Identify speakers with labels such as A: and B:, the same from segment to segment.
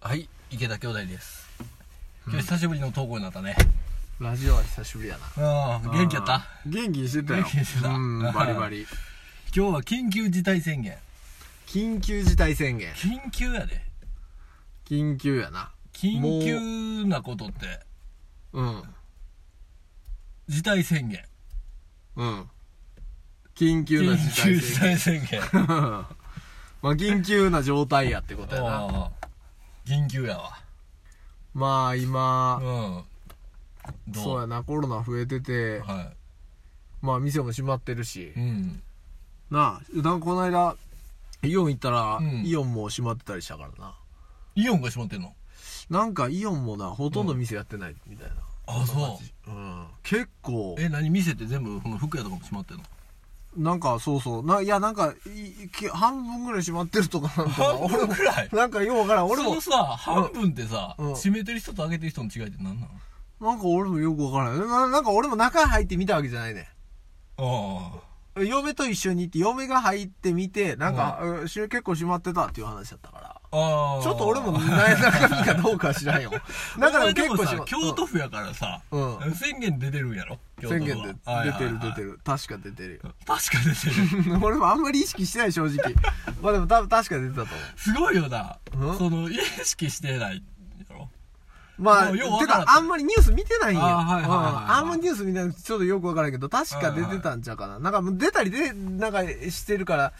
A: はい池田兄弟です今日久しぶりの投稿になったね、
B: ラジオは久しぶりやな
A: ああ元気やった
B: うん元気にしてたよ
A: 元気にしてた
B: うんバリバ リ
A: 今日は緊急事態宣言
B: 緊急事態宣言
A: 緊急やで
B: 緊急やな
A: 緊急なことって
B: うん
A: 事態宣言
B: うん緊急な
A: 緊
B: 事
A: 急
B: 態
A: 事
B: 宣
A: 態
B: 言
A: 宣言
B: まあ緊急な状態やってことやな
A: ああ緊急やわ
B: まあ今
A: うんどう
B: そうやなコロナ増えてて
A: は
B: まあ店も閉まってるし
A: いうん
B: なあうだんこの間イオン行ったら、
A: うん
B: イオンも閉まってたりしたからな
A: イオンが閉まってんの
B: なんかイオンもなほとんど店やってないみたいな、
A: あそ
B: うん、結構
A: え何店って全部この服屋とかも閉まってんの
B: なんかそうそうないやなんかいいき半分ぐらい閉まってるとかなんとか
A: 半分
B: 俺も
A: くらい
B: なんかようわからん俺
A: そ
B: も
A: のさ半分ってさ
B: うん
A: 閉めてる人と開けてる人の違いって何なの
B: なんか俺もよくわからないななんか俺も中入って見たわけじゃないね
A: ああ
B: 嫁と一緒に行って嫁が入ってみてなんか、うんし結構閉まってたっていう話だったから
A: ああ
B: ちょっと俺もな中身かどうかは知ら んよだから
A: お前で
B: 結
A: も
B: 構閉ま
A: さ
B: っ
A: 京都府やからさ、
B: うん
A: 宣言出てるんやろ
B: う
A: 京
B: ん
A: 都府
B: 宣言
A: は
B: で
A: はい
B: 出
A: はい
B: て
A: はい
B: る出てる確か出てるよ
A: 確 か出てる
B: 俺もあんまり意識してない正直まあでも多分確か出てたと思う
A: すごいよな、
B: うん
A: その意識してないやろ
B: ま
A: も
B: あ、
A: う
B: て
A: ようわからん
B: か、あんまりニュース見てないんよ。
A: あ
B: うん
A: ーはいはいはいはい
B: あんまりニュース見てない。ちょっとよくわからんけど、確か出てたんちゃうかな。なんかもう出たりで、なんかしてるから、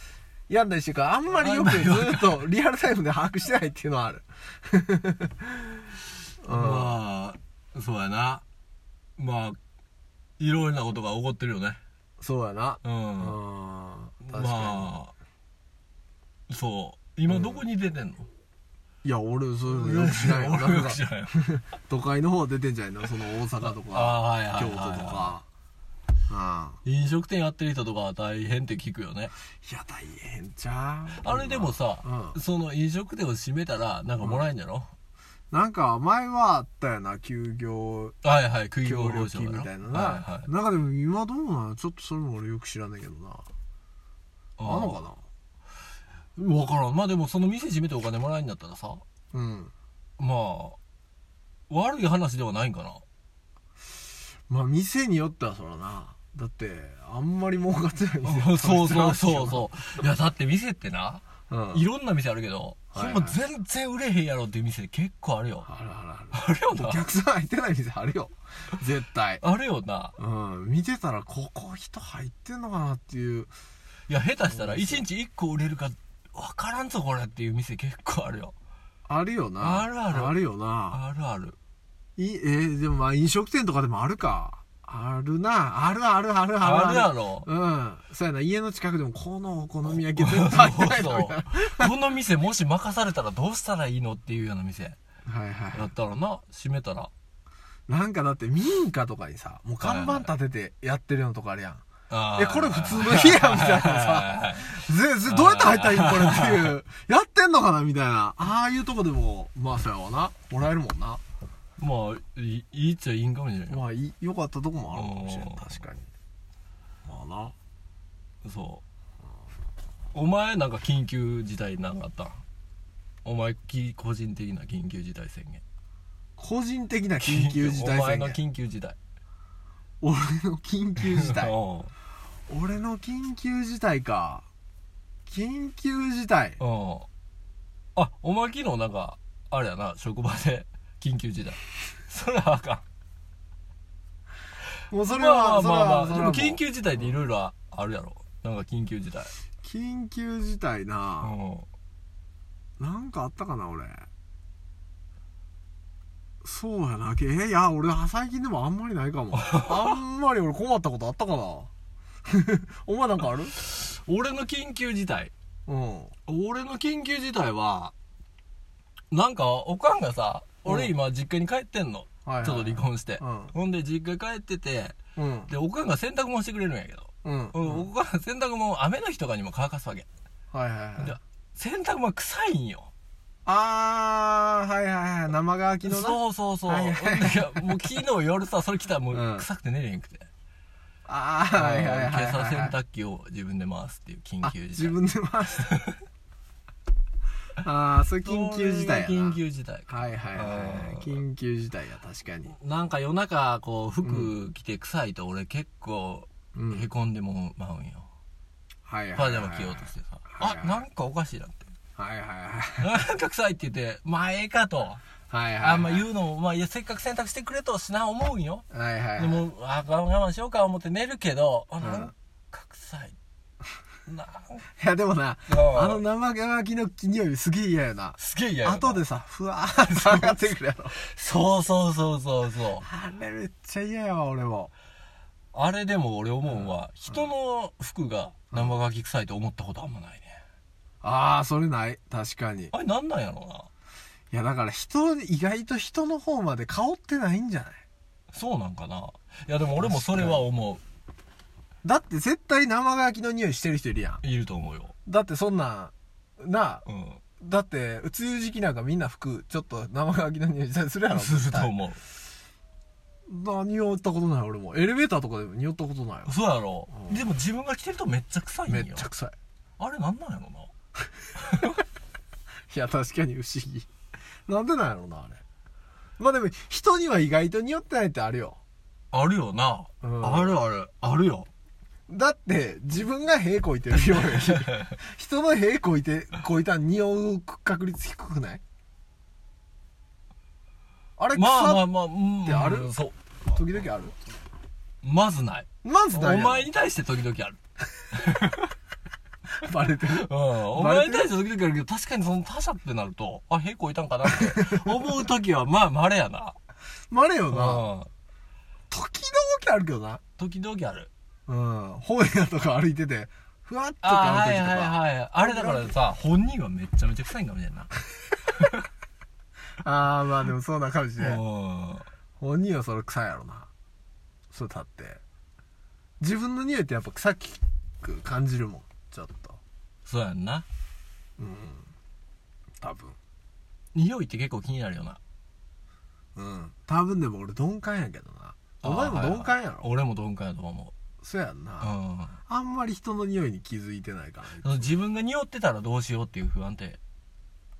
B: 病んだりしてるから、あんまりよく
A: あ
B: ず
A: んまり
B: っとリアルタイムで把握してないっていうのはある。うん
A: まあそうやなまあいろいろなことが起こってるよね
B: そうやな。
A: うん、
B: うん。確か
A: まあそう今どこに出てんの、
B: に。いや、俺、そういうのよく知らんよ。
A: 俺
B: な
A: よ
B: ん
A: く
B: か
A: 知らん よ
B: 都会の方出てんじゃないのその大阪とか、
A: あーはいはい
B: 京
A: はい
B: 都と
A: はい
B: か。うん
A: 飲食店やってる人とかは大変って聞くよね
B: いや、大変ちゃう。
A: あれでもさ、
B: うん
A: その飲食店を閉めたらなんかもらえんやろ、
B: なんか、前はあったよな、休業
A: はいはい、食い業
B: 協
A: 報酬
B: 力金
A: だろ
B: みたいなな、
A: はいはい。
B: なんかでも今どうなのちょっとそれも俺よく知らないけどなあ
A: あ
B: のかな
A: なわからん。まあでもその店閉めてお金もらえんだったらさ、
B: うん
A: まあ、悪い話ではないんかな。
B: まあ店によってはそらなだってあんまり儲かってない店
A: そうそうそうそう。いや、だって店ってな、
B: う、うん、あ
A: いろんな店あるけど、
B: はいはい
A: ほんま全然売れへんやろっていう店結構あるよ。
B: るあるあ
A: あるよ
B: るお
A: な。
B: 客さん入ってない店あるよ絶対
A: あるよな。
B: うん見てたらここ人入ってんのかなっていう
A: いや、下手したら1日1個売れるかわからんぞこれっていう店結構あるよ。
B: あるよな
A: あるある
B: あるよな
A: あるある。
B: いえーでもまあ飲食店とかでもあるかあるなあるあるあるある
A: あるやろ。
B: うん。そうやな、家の近くでも、このお好 み焼き絶対入ってないのみたいな。
A: この店もし任されたらどうしたらいいのっていうような店。
B: はい
A: や
B: は
A: ったらな、閉めたら。
B: い。なんかだって民家とかにさ、もう看板立ててやってるようなとこあるやん。
A: あー
B: え、これ普通の家やんみたいな
A: はいはい
B: さ。
A: はい
B: ぜ、ぜ、どうやって入ったらいいのこれっていう。やってんのかなみたいな。ああいうとこでも、まあそうやわな。もらえるもんな。
A: まあ、いいいっちゃいいんかもしれんよ。
B: まあい、良かったとこもあるかもしれん。確かに。まあな。
A: そう。お前なんか緊急事態なんかあったんお前き個人的な緊急事態宣言
B: 個人的な緊急事 態
A: お前
B: 宣
A: の
B: 言。
A: 緊急事態
B: 俺の緊急事態。
A: うん
B: 俺の緊急事態か。緊急事態。
A: うんあお前昨日なんかあれやな職場で緊急事態それはあかん
B: もうそれ
A: ま
B: は、
A: あ
B: そ
A: ま
B: れ
A: あま
B: は
A: あまあ
B: それ
A: で
B: はも
A: も
B: う
A: 緊急事態っていろいろあるやろなんか緊急事態
B: 緊急事態
A: う
B: な、
A: ん
B: なんかあったかな俺そうやなけえいや俺最近でもあんまりない かもあんまり俺困ったことあったかな お前なんかある
A: 俺の緊急事態
B: うん
A: 俺の緊急事態はなんかおかんがさ俺
B: うん
A: 今実家に帰ってんの、
B: はいはい
A: ちょっと離婚して、
B: うん
A: ほんで実家帰ってて
B: うん
A: でおかんが洗濯物してくれるんやけど、
B: うん、
A: うんおかんが洗濯物を雨の日とかにも乾かすわけ、
B: はいはいはい
A: で洗濯物臭いんよ
B: あーはいはいはい生乾きのな
A: そうそうそう、
B: はいはい
A: ほんでいやもう昨日夜さそれ来たらもううん臭くて寝れへんくて、
B: あーはいはいはい
A: うん今
B: はい
A: 朝洗
B: はい
A: 濯機を自分で回すっていう緊
B: あ
A: 急事態
B: 自分で回した ああそれ緊急事態やな
A: 緊急事態か
B: はいはいはい
A: うん
B: 緊急事態や確かに
A: なんか夜中こう服着て臭いと俺結構
B: うん
A: へこんでもまうんよ、
B: はいは
A: パ
B: い
A: ジ
B: は
A: ャ
B: い
A: マ着ようとしてさ、
B: はいはい
A: あなんかおかしいなって
B: はいはいはい
A: なんか臭いって言ってまあええかと
B: はいはい
A: あんま
B: う
A: 言うのも、まあ、いやせっかく洗濯してくれとしな思うんよ
B: はいはいはい
A: でもあ我慢しようか思って寝るけどあ
B: ん
A: なんか臭 いなんか
B: いやでもなあの生乾きの匂いすげえ嫌やな
A: すげえ嫌やな
B: 後でさふわーって下がってくるやろ
A: そうそうそうそうそう
B: あれめっちゃ嫌やわ俺も
A: あれでも俺思うんは、人の服が生乾き臭いと思ったことあんまないね、
B: ああそれない確かにい
A: あれなんなんやろうな
B: やだから人意外と人の方まで香ってないんじゃない
A: そうなんかないやでも俺もそれは思
B: だって絶対生乾きの匂いしてる人いるやん
A: ういると思うよ
B: だってそんなんなあ
A: うん
B: だって梅雨時期なんかみんな服ちょっと生乾きの匂いするや ろ
A: すると思
B: 何匂ったことない俺もエレベーターとかでも匂ったことないう
A: そうやろ
B: うん
A: でも自分が着てるとめっちゃ臭いん
B: め
A: よ
B: っちゃ臭い
A: あれなんなんやろない
B: や確かに不思議 なんでなんやろなあれまあでも人には意外と匂ってないってあるよ
A: あるよな、
B: うん
A: あるあるあるよ
B: だって自分が屁こいてるより 人の屁こいてこいたん匂う確率低くないあれ臭っ、
A: まあまあまあうん
B: ってある
A: そう
B: 時々ある
A: まずない
B: まずない
A: お
B: やろ
A: 前に対して時々ある
B: バレてる
A: うん、お前に対して時々あるけど確かにその他者ってなるとあへこいたんかなって思う時はまあまれやな
B: まれよ
A: う
B: な、
A: ん
B: 時々あるけどな
A: 時々ある
B: うん本屋とか歩いててふわっと
A: あ
B: かあ
A: は
B: る
A: い
B: 時とか、
A: はいはいあれだからさ本人はめっちゃめちゃ臭いんかもしれんな
B: ああまあでもそうなかもしれん
A: うん
B: 本人はそれ臭いやろなそれ立って自分の匂いってやっぱ臭く感じるもんちょっと
A: そうやんな
B: うん多分
A: 匂いって結構気になるよな
B: うん多分でも俺鈍感やけどなお前も
A: あー
B: 鈍感やろ、
A: はいはい俺も鈍感やと思
B: そうやんな
A: う、うん
B: あんまり人の匂いに気づいてないから、
A: その自分が匂ってたらどうしようっていう不安って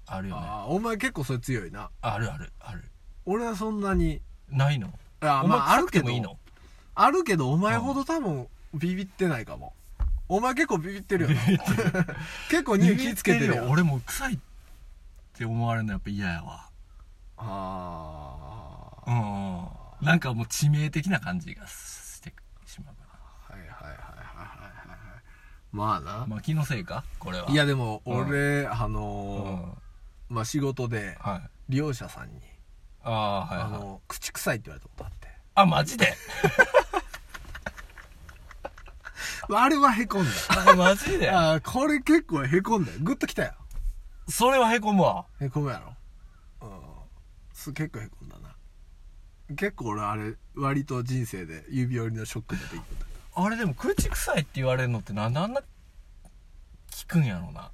A: あるよねあ
B: ああお前結構それ強いな
A: るあるある
B: 俺はそんなに
A: ないの
B: あ
A: お前臭くてもいいの
B: あるけどお前ほど多分ビビってないかも、お前結構ビビってるよな結構匂い気つけてるよ
A: 俺もう臭いって思われるのやっぱ嫌やわ
B: ああ
A: うんなんかもう致命的な感じがしてしまうか
B: はいはいはいはいはいはいはいまあな
A: な、まあ気のせいかこれはい
B: やでも
A: うん
B: 俺、あ
A: う
B: のー
A: ん
B: まあ仕事で
A: はい
B: 利用者さんに、
A: ああーはい、
B: あ
A: はい、
B: の口臭いって言われたことあって
A: あマジ で
B: あれはへこんだ
A: あマジで
B: あーこれ結構へこんだよグッときたよ
A: それはへこむわ
B: へこむやろうんす結構へこんだな結構俺あれ割と人生で指折りのショックだって言った
A: あれでも口臭いって言われるのってなんであんな聞くんやろうな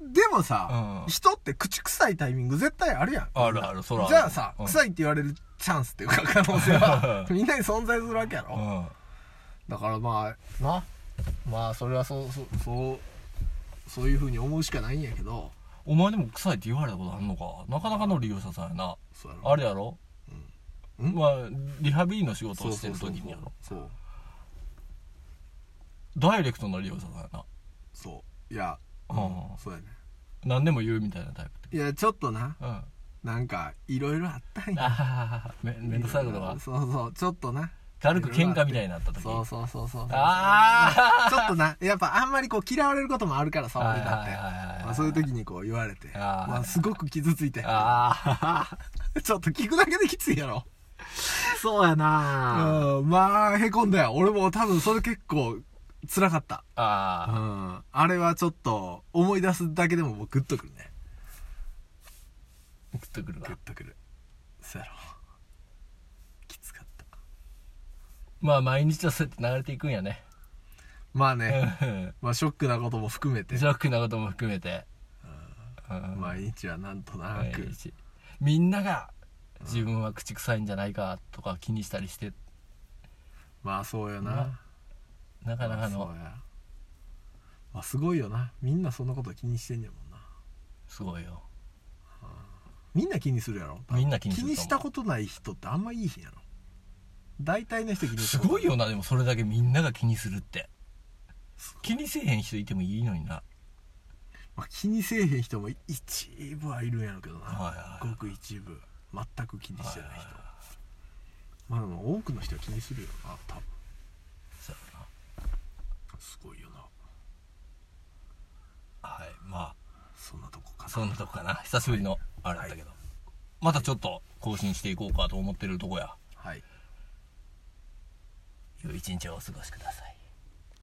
B: でもさ、
A: うん
B: 人って口臭いタイミング絶対あるやん
A: あるあるそら
B: じゃあさ、
A: うん
B: 臭いって言われるチャンスっていうか可能性は みんなに存在するわけやろ、
A: うん
B: だからまあなまあそれはそうそうそうそういうふうに思うしかないんやけど
A: お前でも臭いって言われたことあんのかなかなかの利用者さんやな
B: そうやろ
A: あれやろ、
B: うん
A: まあリハビリの仕事
B: そ
A: を
B: う
A: して
B: そう
A: る
B: そう
A: 時
B: そう
A: にやろ
B: そう
A: ダイレクトな利用者さんやな
B: そういや、
A: うん
B: そうやね
A: 何でも言うみたいなタイプ
B: いやちょっとな
A: でうんあ
B: なんかいろいろあったんや
A: はははめめんどくさいことが
B: そうそうちょっとな
A: 軽く喧嘩みたいになった時
B: そうそうそうそうそう
A: あ
B: ちょっとなやっぱあんまりこう嫌われることもあるからさ俺だって
A: はいはいはいはい
B: まあそういう時にこう言われて
A: あー
B: まあ、すごく傷ついて
A: あ
B: ちょっと聞くだけできついやろ。
A: そうやな
B: うん、まあ、へこんだよ。俺も多分それ結構辛かった。う
A: あ
B: ん。あれはちょっと思い出すだけでももうグッとくるね。
A: ー送ってくる
B: グッ
A: な
B: とくる。そやろ。きつかった。
A: まあ毎日はそうやって流れていくんやね
B: まあ
A: う
B: ね、
A: ん
B: まあショックなことも含めて
A: ジ、ョックなことも含めてうん
B: 毎日はなんとな
A: 毎
B: く。
A: 日みんなが自分は口臭いんじゃないかとか気にしたりして
B: まあそうやな
A: な。なかなか
B: そう
A: の
B: や。まあすごいよな。みんなそんなこと気にしてんねやもんな。
A: すごいよ
B: みんな気にするやろ
A: みんな気にすると思う
B: したことない人ってあんまいい人やろ大体の人気に
A: す
B: る
A: ごいよなでもそれだけみんなが気にするって気にせえへん人いてもいいのにな
B: まあ、気にせえへん人も一部はいるんやろうけどな、
A: はいはいはい
B: ごく一部全く気にしてな
A: はい
B: い人、
A: はいは
B: まあでも多くの人は気にするよな多分
A: そうやな
B: すごいよな
A: はいま
B: そんなとこ
A: あ
B: かな
A: そんなとこかな久しぶりのあれだったけど、またちょっと更新していこうかと思ってるとこや
B: はい
A: 良い一日をお過ごしください